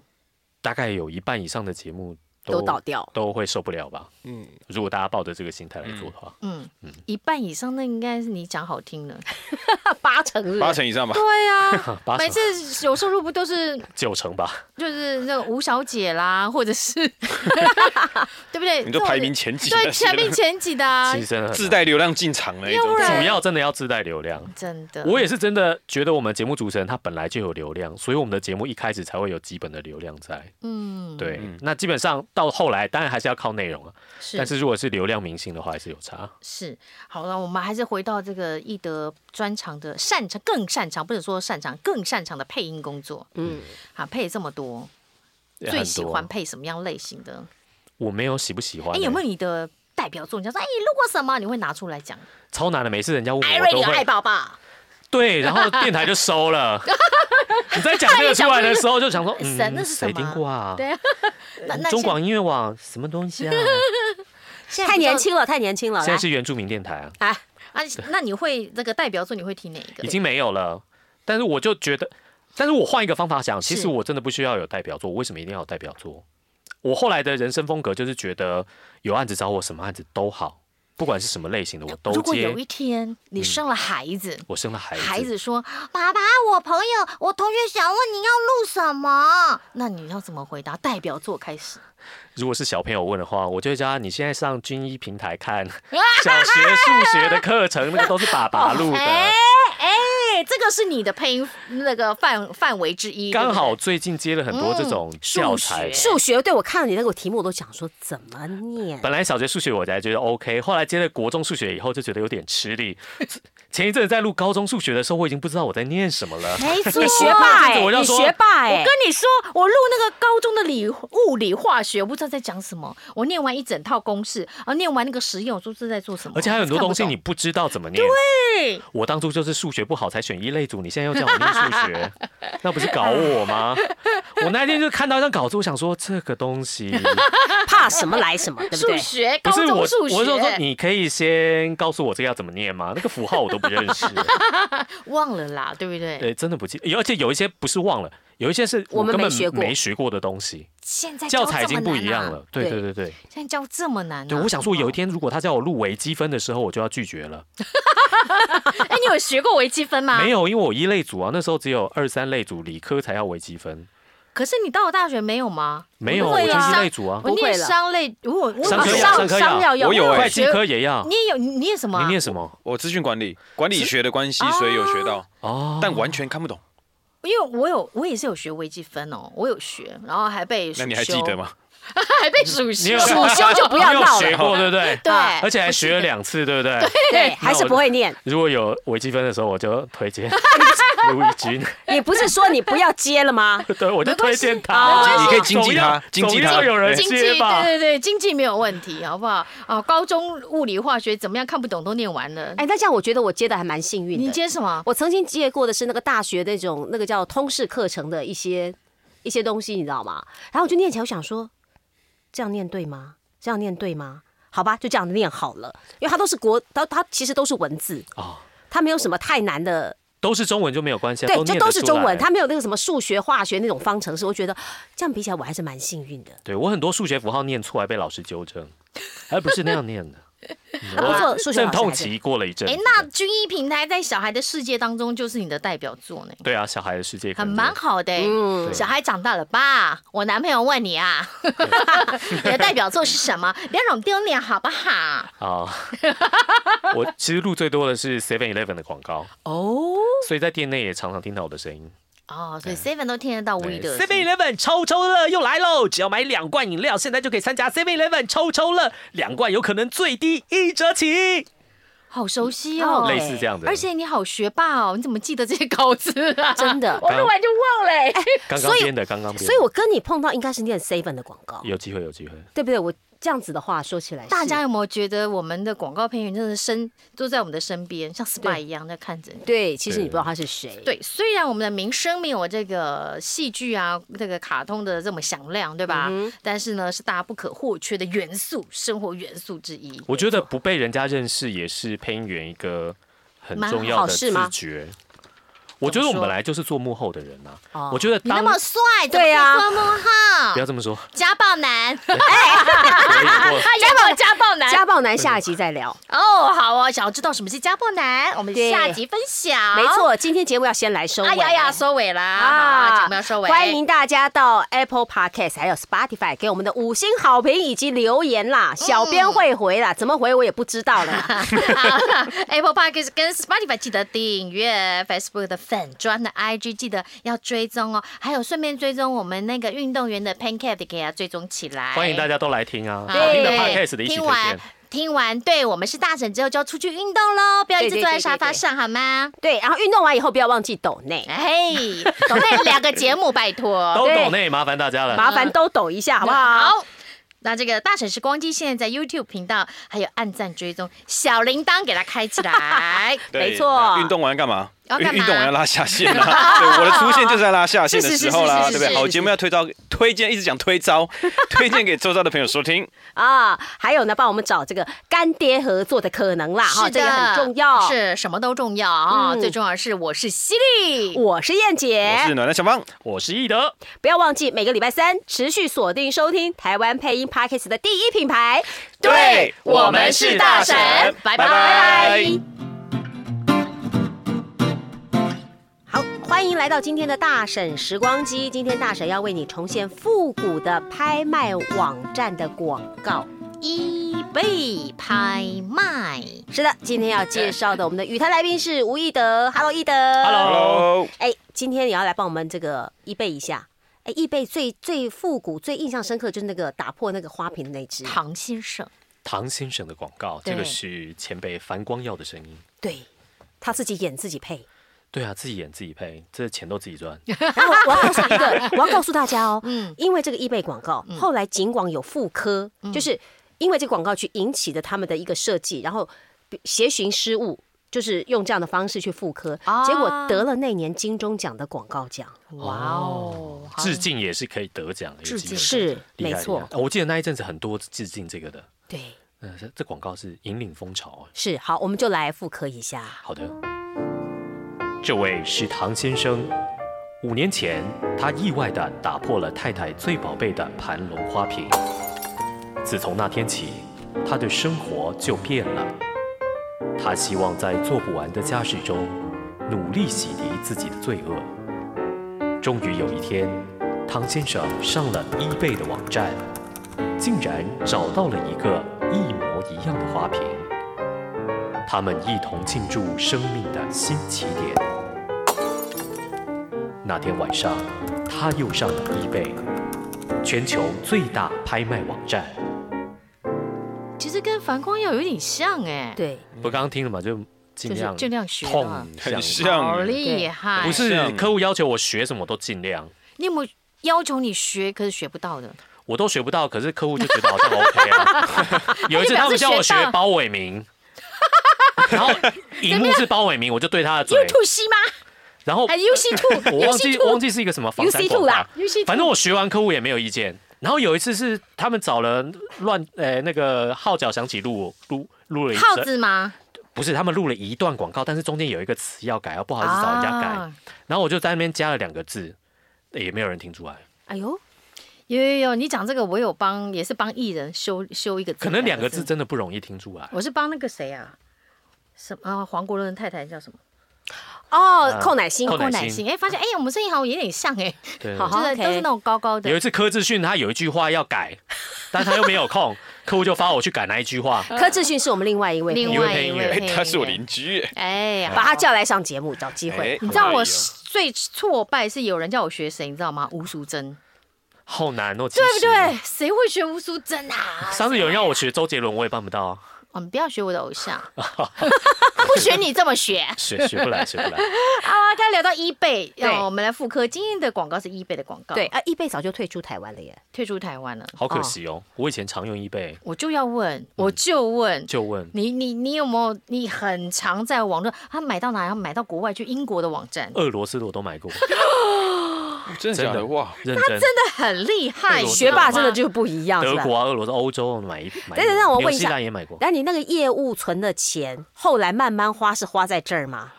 大概有一半以上的节目
都倒掉。
都会受不了吧。
嗯，
如果大家抱着这个心态来做的话，
嗯，一半以上那应该是你讲好听了，
八成是不是
八成以上 吧。
对呀、
八
每
成
次有收入不都是
九成吧，
就是那个吴小姐啦， 或者是对不对？
你就排名前
啊
几
对
那些
排名前几的、啊
其，实真的很
自
难
带流量进场那一种
要不，然
主要真的要自带流量。
真的。
我也是真的觉得我们节目主持人他本来就有流量，所以我们的节目一开始才会有基本的流量在。
嗯，
对，
嗯
那基本上到后来当然还是要靠内容啊，
是
但是如果是流量明星的话，还是有差。
是好了，我们还是回到这个易德专长的擅长，更擅长，不是说擅长，更擅长的配音工作
嗯，
啊，配这么多，
也
最
很
喜
多
欢配什么样类型的？
我没有喜不喜欢、
哎，
欸，
有没有你的代表作？你想说，哎，你录过什么？你会拿出来讲？
超难的？每次人家问
艾
我，我
瑞
都
有爱
会
宝宝，
对，然后电台就 收了。你在讲这个出来的时候，就想说，嗯
神那，是什
谁
么
听过啊？
对啊，那那
中
些
广音乐网什么东西啊？
现在
太
比较
年轻了，太年轻了，
现在
来
是原住民电台啊，
啊，
啊！那你会那个代表作，你会听哪一个
已？经没有了。但是我就觉得，但是我换一个方法想，其
是
实我真的不需要有代表作，我为什么一定要有代表作？我后来的人生风格就是觉得有案子找我，什么案子都好，不管是什么类型的我都
如果
接
有。一天你生了孩子，
我生了嗯孩子，
孩子说：“爸爸，我朋友，我同学想问你要录什么？”那你要怎么回答？代表作开始，
如果是小朋友问的话，我就会叫他：你现在上军医平台看 小学数学的课程，那个都是爸爸录的
哎。哎，这个是你的配音那个范范围之一，
刚好
对不
最近接了很多这种教材
嗯，数学
数学对我看了你那个题目，我都想说怎么 念。
本来小学数学我才觉得 OK，后来接了国中数学以后就觉得有点吃力。 前一阵子在录高中数学的时候，我已经不知道我在念什么了。
对没错，
你学霸、
我
欸，
就
你
说
学霸、
我
欸，
跟你说，我录那个高中的理物理化学，我不知道在讲什么。我念完一整套公式，然后念完那个实验，我说这在做什么？
而且还有很多
看不
东西
懂
你不知道怎么念。
对
我当初就是数学不好才选一类组，你现在又叫我念数学，那不是搞我吗？我那天就看到一张稿子，我想说这个东西
怕什么来什么，对不
数
对？
学，
不
高
是
中
我，
数学，
我是说你可以先告诉我这个要怎么念吗？那个符号我都不认识，
忘了啦，对不对？
对，真的不记。而且有一些不是忘了，有一些是
我们
根
没
本
学过
没学过的东西。
现在
教
哎这
材已经
么
不
难
一样
啊
了。，对
对
对对对
现在教这么难啊。
对，我想说有一
天。
天如果他叫我录微积分的时候，我就要拒绝了。
哎，你有学过微积分吗？
没。有，因为我一类组啊，那时候只有二三类组，理科才要微积分，
可是你到了大学没有吗？
没有，
不
我
会
就
啊
一类组啊
我
不会
念
了
商类，我我
商科
要
商
商科要
商要要，
我有
有
哎
会计
学
科也要
你。也有，你念什么啊？
你念什么？
我资讯管理管理学的关系，所以有学到，
哦，
但完全看不懂。
因为我有，我也是有学微积分哦，我有学，然后还被
那你
暑
还记
修
得？吗？
还被数
你
修
有，
暑修就不要
你有
闹
学
了，
过对不对？
对，
而且还学了两次，对不对？
对，还是不会 念。
如果有微积分的时候，我就推荐卢以君，
你不是说你不要接了吗？
对我就推荐
没关
他。
系
你可以经济
总要
他经济
总
他
要有人
经济，
接吧
对。对对，经济没有问题，好不好？啊，高中物理、化学怎么样看不懂都念完了。
哎，那这样我觉得我接的还蛮幸运的。
你接什么？
我曾经接过的是那个大学那种那个叫通识课程的一些一些东西，你知道吗？然后我就念起来，我想说，这样念对吗？这样念对吗？好吧，就这样念好了，因为它都是国，它它其实都是文字，
哦，
它没有什么太难的，
都是中文就没有关系啊，
对，就
念
都
得
是
出
中
来
文，它没有那个什么数学、化学那种方程式。我觉得这样比起来，我还是蛮幸运的。
对我很多数学符号念错，还被老师纠正，而不是那样 念的。
啊，不错，数学
阵
老师
痛
还是
期过了一阵子，
哎，那军医平台在小孩的世界当中就是你的代表作呢，
对啊，小孩的世界可
很
能
蛮好的。欸
嗯
对
小孩长大了吧？我男朋友问你 啊，你的代表作是什么？不要让我们丢脸好不好？
啊。我其实录最多的是 Seven Eleven 的广告，
哦
所以在店内也常常听到我的声音。
哦，所以 Seven 都听得到 We 的
Seven Eleven 抽抽乐又来喽！只要买两罐饮料，现在就可以参加 Seven Eleven 抽抽乐，两罐有可能最低一折起。
好熟悉哦，
哦
类似这样的
而且你好学霸哦，你怎么记得这些稿子啊？
真的
我录完就忘了欸。
刚刚
所以
编的，刚刚编的，
所以我跟你碰到应该是念 seven 的广告，
有机会，有机会。
对不对？我这样子的话说起来是，
大家有没有觉得我们的广告配音员真的身都在我们的身边，像 spy
对
一样在看着你？
对，其实你不知道他是谁，
对，虽然我们的名声没有这个戏剧啊、这个卡通的这么响亮，对吧？
嗯
但是呢，是大家不可或缺的元素，生活元素之一。
我觉得不被人家认识也是配音员一个很重
蛮
要
好
的
事
自
吗
觉。我觉得我们本来就是做幕后的人呐、我觉得
哦你那
当
么帅，
对啊
怎么可以说幕
不
后
要这么说，
家暴男，他
我也过
演过 家暴男
家暴男下一集再聊。
哦，好哦，想要知道什么是家暴男，我们
对
下集分享。
没，错，今天节目要先来收尾。
哎呀呀，收尾啦！啊，节目要收尾，
欢迎大家到 Apple Podcast 还有 Spotify 给我们的五星好评以及留言啦，
嗯
小编会回啦，怎么回我也不知道了 啦。
Apple Podcast 跟 Spotify 记得订阅 Facebook 的粉砖的 IG 记得要追踪哦，还有顺便追踪我们那个运动员的 Pancake 给它啊追踪起来。
欢迎大家都来 听啊，
对
好听的 podcast 的一起
听
推
完
荐。
听完，对我们是大婶之后就要出去运动喽，不要一直
对对
坐在
对
沙发
对对
上好吗？
对，然后运动完以后不要忘记抖内，
哎，懂那两个节目，拜托。
都
对
懂内，麻烦大家了。
麻烦都抖一下好不好？
嗯好。那这个大婶时光机现在在 YouTube 频道，还有按赞追踪小铃铛给它开起来。
对
没错
运动完干嘛？
要哦干
运动要
嘛？
拉下线 啊！对，我的出现就是在拉下线的时候
是是
啦，
是是是
对不
是
对？好节目要推招，推荐一直讲 推招，推荐给周遭的朋友收听。
啊，还有呢，帮我们找这个干爹合作的可能啦，哈，
是
这
的，
个很重要。，
是什么都重要啊！
嗯
最重要的是，我是犀利，
我是燕姐，
我是暖男小芳，
我是易德，
不要忘记每个礼拜三持续锁定收听台湾配音 Podcast 的第一品牌。
对
我们是大神拜拜
好，欢迎来到今天的大婶时光机。今天大婶要为你重现复古的拍卖网站的广告。
一倍拍卖。
是的，今天要介绍的我们的语坛来宾是吴一德。Hello，一德。
Hello
Hello，
哎，今天也要来帮我们这个易贝一下。哎，易贝最最复古、最印象深刻就是那个打破那个花瓶的那只。
唐先生，
唐先生的广告，
对
这个是前辈樊光耀的声音。
对，他自己演自己配。
对啊，自己演自己配，这钱都自己赚。
然后我要告诉一个，我要告诉大家哦，
嗯
因为这个易贝广告，后来景广有复刻，就是因为这个广告去引起的他们的一个设计，然后协寻失误。就是用这样的方式去复刻，
啊
结果得了那年金钟奖的广告奖，
哇哦，好
致敬也是可以得奖的，有
致
机会
敬
是
厉
没
害
错
厉害，哦我记得那一阵子很多致敬这个的，
对，
呃，这这广告是引领风潮。啊
是好，我们就来复刻一下。
好的，这位是唐先生。五年前，他意外地打破了太太最宝贝的盘龙花瓶。自从那天起，他的生活就变了。他希望在做不完的家事中，努力洗涤自己的罪恶。终于有一天，唐先生上了 eBay 的网站，竟然找到了一个一模一样的花瓶。他们一同庆祝生命的新起点。那天晚上，他又上了 eBay，全球最大拍卖网站。
其实跟樊光耀有点像哎，，
对，
不刚刚听了嘛，就尽量
就是尽量学
痛哎
啊
很
像
像
好厉害。
不是
像
客户要求我学什么都尽量，
你有没有要求你学，可是学不到的？
我都学不到，可是客户就觉得好像 OK 啊。 有一次他们叫我学包伟明，然后荧幕是包伟明，我就对他的嘴，
西吗？
然后
还 U C two，
我忘记我忘记是一个什么防山
UC2
广
啦
告，反正我学完客户也没有意见。然后有一次是他们找了乱呃那个号角响起录录录了一
耗
则
子吗？
不是他们录了一段广告，但是中间有一个词要改，不好意思找人家改，
啊
然后我就在那边加了两个字，也没有人听出来，
哎呦，
有有有，你讲这个我有帮，也是帮艺人修修一个字，
可能两个字。真的不容易听出来。
我是帮那个谁啊，什么、啊、黄国伦太太叫什么？
哦，寇乃馨，
呃寇乃
郭乃
馨
馨。哎、发现哎、我们声音好像有点像哎、
对，
好
就是
OK
都是那种高高的
嗯有一。次柯志训他有一句话要改，但他又没有空，客户就发我去改那一句话。
柯志勋是我们另外一位朋友，
另
一位
外
配
一
音
位
员
配
哎
音，员，
他是我邻居耶，
哎，好
把他叫来上节目，找机会
哎。
你知道
好
我
可以哦
最挫败是有人叫我学谁，你知道吗？吴淑珍，
好难哦，对
对不？对？谁会学吴淑珍啊？
上次有人要我学周杰伦，我也办不到啊，
我们不要学我的偶像，不学你这么学啊！
学学不来，学不来。
刚才聊到 eBay，
对
让我们来复刻今天的广告是 eBay 的广告，
对，，啊，易贝早就退出台湾了耶。
退出台湾了。
好可惜哦，我以前常用易贝，
我就要问，我就问，
就问
你你你有没有？你很常在网络，他买到哪？要买到国外去英国的网站，
俄罗斯的我都买过，
真的假的？哇，
认真。
真的很厉害，
哎
你知
学霸
道
真的
吗
就不一样，是
德
吧？
国啊、俄罗斯、欧洲买一买一个，
等等让我问一下
纽西兰也买过
那你那个业务存的钱，后来慢慢花是花在这儿吗？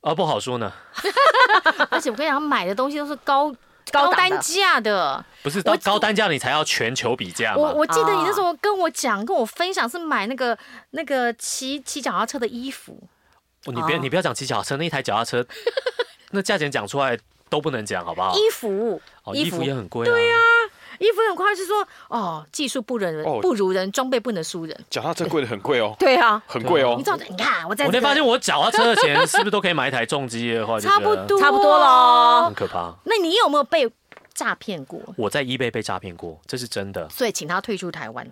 啊，不好说呢，
而且我跟你讲，买的东西都是高
高档的
单价的。
不是
我
到高单价你才要全球比价
我
嘛？
我记得你那
啊
时候跟我讲，跟我分享是买那个那个骑骑脚踏车的衣服，
我你别
哦
你不要讲骑脚踏车，那一台脚踏车 那价钱讲出来都不能讲，好不好？
衣服
哦，
衣
衣服
服
也很贵啊。对啊，
衣服很快是说哦，技术不人
哦
不如人，装备不能输人。
脚踏车贵的很贵哦，
对啊，
很贵哦
你。知道？你看我在
我
这
才
个
发现我脚踏车的钱是不是都可以买一台重机的话，就觉
差
得
不多
差不多咯
很。可怕。
那你有没有被诈骗过？
我在 eBay 被诈骗过，这是真的。
所以请他退出台湾，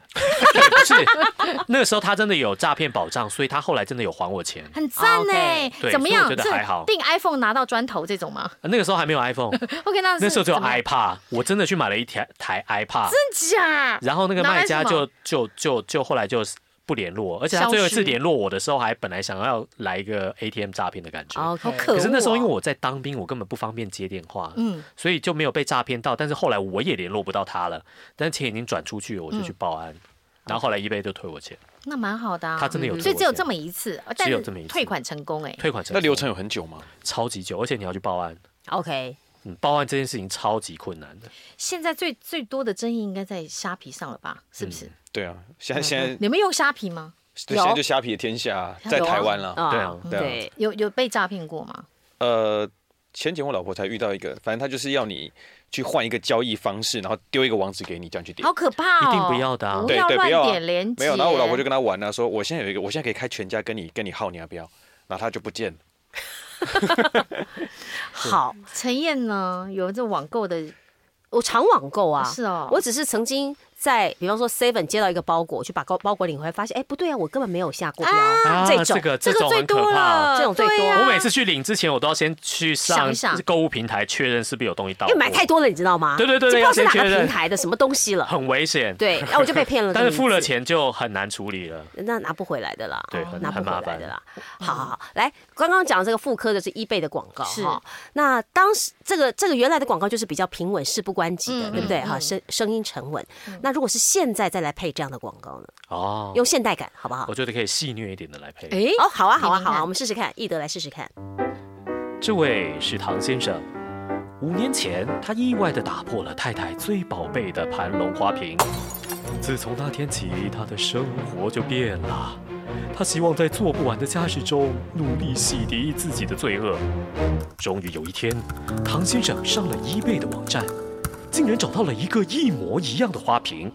对，不是那个时候他真的有诈骗保障，所以他后来真的有还我钱。
很赞
哦
呢、
OK
对
怎么样？
所以我觉得还好
这订 iPhone 拿到砖头这种吗
那个时候还没有 iPhone，
？OK，那是
那时候只有
怎么样
iPad，我真的去买了一台台 iPad，
真假？
然后那个卖家
拿来什么
就就就就后来就不联络，而且他最后一
消
次
失
联络我的时候，还本来想要来一个 ATM 诈骗的感觉。
好
好可恶
可是那时候因为
哦
我在当兵，我根本不方便接电话，
嗯，
所以就没有被诈骗到。但是后来我也联络不到他了，但钱已经转出去了，我就去报案。
嗯
然后后来 eBay 就退我钱，
那蛮好的啊。
他真的有退我钱，
所以只有这么一次，呃但
只
是
有这么一次
退款成功哎、
退款成
那
功
流程有很久吗？
超级久，而且你要去报案，
OK，
嗯，报案这件事情超级困难的。
现在最最多的争议应该在虾皮上了吧？是不是？
对啊，
嗯
现在
嗯
现在
你们用虾皮吗？
对现在就虾皮的天下啊，在
有啊
台湾啦。
啊
对啊
对啊
对，
有有被诈骗过吗？
呃，前几天我老婆才遇到一个，反正他就是要你去换一个交易方式，然后丢一个网址给你，这样去点
好。可怕哦！
一定不要的啊
不
对
要
对，不
乱
要啊
点连接。
没有，然后我老婆就跟他玩了、啊说我现在有一个，我现在可以开全家跟你跟你耗，你要不要？然后他就不见了。
好，
陈燕呢，有这网购的，
我常网购啊，
是哦
我只是曾经在，比方说 Seven 接到一个包裹，去把包包裹领回来，发现哎不对啊，我根本没有下过标，
啊
这种
这个
这
种
个最
很可
多
怕。
了，
这种最多
对啊
我每次去领之前，我都要先去
想
上
一想
购物平台确认是不是有东西到
因
货，
为买太多了，你知道吗？
对对对
就不知道是哪
要先确
个
认
平台的什么东西了。
很危险。，
对，然后我就被骗了。
但是付了，钱就很难处理了。
那拿不回来的啦，
对很
拿不
很
回
麻
来
烦
的啦。好好好，来，刚刚讲这个妇科嗯的是 eBay 的广告
是
哈。那当时这个这个原来的广告就是比较平稳，事不关己的，
嗯
对不对
嗯
哈？
嗯
声声音沉稳。那如果是现在再来配这样的广告呢？
哦，
用现代感好不好
我？觉得可以戏虐一点的来配。
哎，
哦，好啊，好啊，
听听
好啊，
看
我们试试看，易德来试试看。
这位是唐先生。五年前，他意外地打破了太太最宝贝的盘龙花瓶。自从那天起，他的生活就变了。他希望在做不完的家事中努力洗涤自己的罪恶。终于有一天，唐先生上了 eBay 的网站，竟然找到了一个一模一样的花瓶。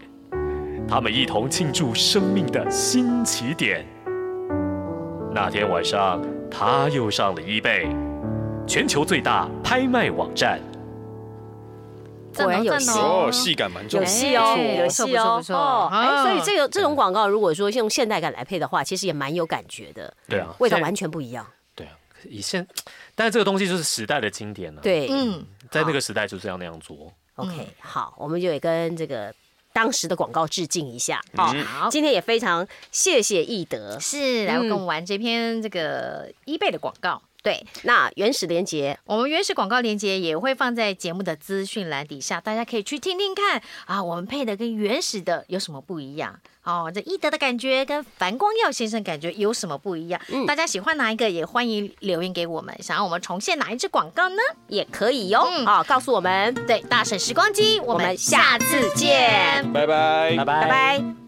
他们一同庆祝生命的新起点。那天晚上，他又上了 eBay，全球最大拍卖网站。
赞
果然有
赞
戏
哦，戏感蛮重
有
的。
戏哦，
哎
有
不错
戏
不错
哦
不，错
哎，
啊
所以这个这种广告，如果说用现代感来配的话，其实也蛮有感觉的，
对啊，
味道
现在
完全不一样。
对啊，以现，但是这个东西就是时代的经典了、啊。，
对，
嗯，
在那个时代就是要那样做。
OK，好，我们就也跟这个当时的广告致敬一下啊、
好，
今天也非常谢谢易德。
是来跟我们玩这篇这个 eBay 的广告。对
那原始连接
我们原始广告链接也会放在节目的资讯栏底下，大家可以去听听看啊，我们配的跟原始的有什么不一样？哦，这易德的感觉跟樊光耀先生感觉有什么不一样？大家喜欢哪一个也欢迎留言给我们，想要我们重现哪一支广告呢？
也可以哟、啊，告诉我们，
对，大婶时光机，我
我们
们
下
下次见。
拜拜，
拜拜。